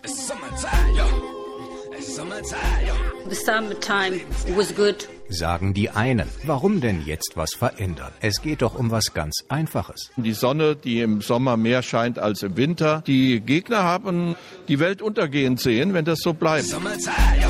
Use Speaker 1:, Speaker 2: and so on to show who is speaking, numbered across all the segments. Speaker 1: It's summertime, yo. It's summertime, yo.
Speaker 2: The summertime was good.
Speaker 3: Sagen die einen. Warum denn jetzt was verändern? Es geht doch um was ganz Einfaches.
Speaker 4: Die Sonne, die im Sommer mehr scheint als im Winter. Die Gegner haben die Welt untergehen sehen, wenn das so bleibt.
Speaker 1: Summertime, yo.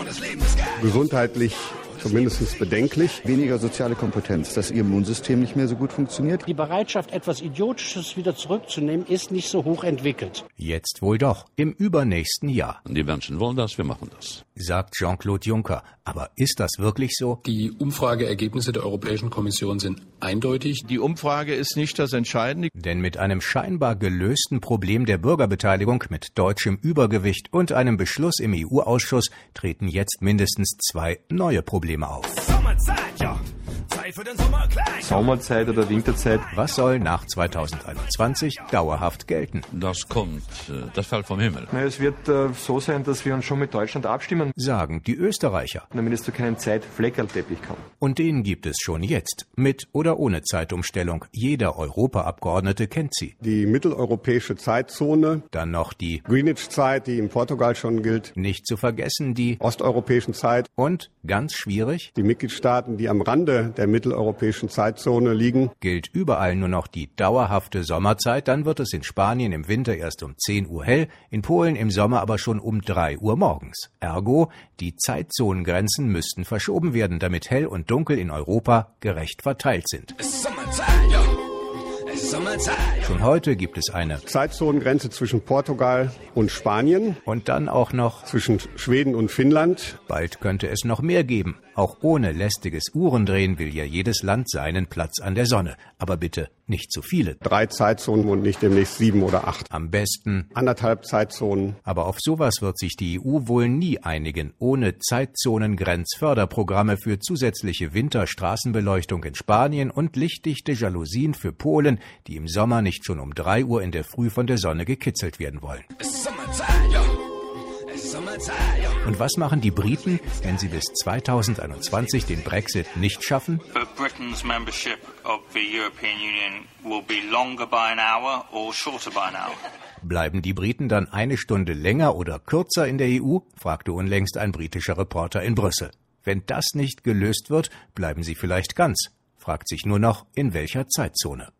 Speaker 1: Und das Leben ist geil.
Speaker 5: gesundheitlich zumindest bedenklich.
Speaker 6: Weniger soziale Kompetenz, dass ihr Immunsystem nicht mehr so gut funktioniert.
Speaker 7: Die Bereitschaft, etwas Idiotisches wieder zurückzunehmen, ist nicht so hoch entwickelt.
Speaker 3: Jetzt wohl doch. Im übernächsten Jahr,
Speaker 8: Die Menschen wollen das, wir machen das.
Speaker 3: sagt Jean-Claude Juncker. Aber ist das wirklich so?
Speaker 9: Die Umfrageergebnisse der Europäischen Kommission sind eindeutig.
Speaker 4: Die Umfrage ist nicht das Entscheidende.
Speaker 3: Denn mit einem scheinbar gelösten Problem der Bürgerbeteiligung, mit deutschem Übergewicht und einem Beschluss im EU-Ausschuss treten jetzt mindestens zwei neue Probleme auf.
Speaker 1: Sommerzeit, yo. Zeit für den Sommer gleich.
Speaker 10: Sommerzeit oder Winterzeit.
Speaker 3: Was soll nach 2021 dauerhaft gelten?
Speaker 8: Das kommt, äh, das fällt vom Himmel.
Speaker 10: Naja, es wird äh, so sein, dass wir uns schon mit Deutschland abstimmen,
Speaker 3: Sagen die Österreicher.
Speaker 10: damit es zu keinem Zeitfleckerlteppich kommt.
Speaker 3: Und den gibt es schon jetzt. Mit oder ohne Zeitumstellung. Jeder Europaabgeordnete kennt sie.
Speaker 5: Die mitteleuropäische Zeitzone,
Speaker 3: Dann noch die,
Speaker 5: Greenwich-Zeit, die in Portugal schon gilt,
Speaker 3: nicht zu vergessen die
Speaker 5: osteuropäischen Zeit,
Speaker 3: und, ganz schwierig,
Speaker 5: die Mitgliedstaaten, die am Rande der mitteleuropäischen Zeitzone liegen.
Speaker 3: gilt überall nur noch die dauerhafte Sommerzeit, dann wird es in Spanien im Winter erst um 10 Uhr hell, in Polen im Sommer aber schon um 3 Uhr morgens. Ergo, die Zeitzonengrenzen müssten verschoben werden, damit hell und dunkel in Europa gerecht verteilt sind.
Speaker 1: It's summertime, yo. It's summertime, yo.
Speaker 3: Schon heute gibt es eine
Speaker 5: Zeitzonengrenze zwischen Portugal und Spanien,
Speaker 3: und dann auch noch,
Speaker 5: zwischen Schweden und Finnland.
Speaker 3: bald könnte es noch mehr geben. Auch ohne lästiges Uhrendrehen will ja jedes Land seinen Platz an der Sonne, aber bitte nicht zu viele.
Speaker 5: Drei Zeitzonen und nicht demnächst sieben oder acht.
Speaker 3: Am besten
Speaker 5: Anderthalb Zeitzonen.
Speaker 3: Aber auf sowas wird sich die EU wohl nie einigen, ohne Zeitzonengrenzförderprogramme für zusätzliche Winterstraßenbeleuchtung in Spanien und lichtdichte Jalousien für Polen, die im Sommer nicht schon um 3 Uhr in der Früh von der Sonne gekitzelt werden wollen.
Speaker 1: It's summertime, yo. It's summertime, yo.
Speaker 3: Und was machen die Briten, wenn sie bis 2021 den Brexit nicht schaffen?
Speaker 11: But Britain's membership of the European Union will be longer by an hour or shorter by an hour.
Speaker 3: Bleiben die Briten dann eine Stunde länger oder kürzer in der EU? fragte unlängst ein britischer Reporter in Brüssel. Wenn das nicht gelöst wird, bleiben sie vielleicht ganz. Fragt sich nur noch, in welcher Zeitzone.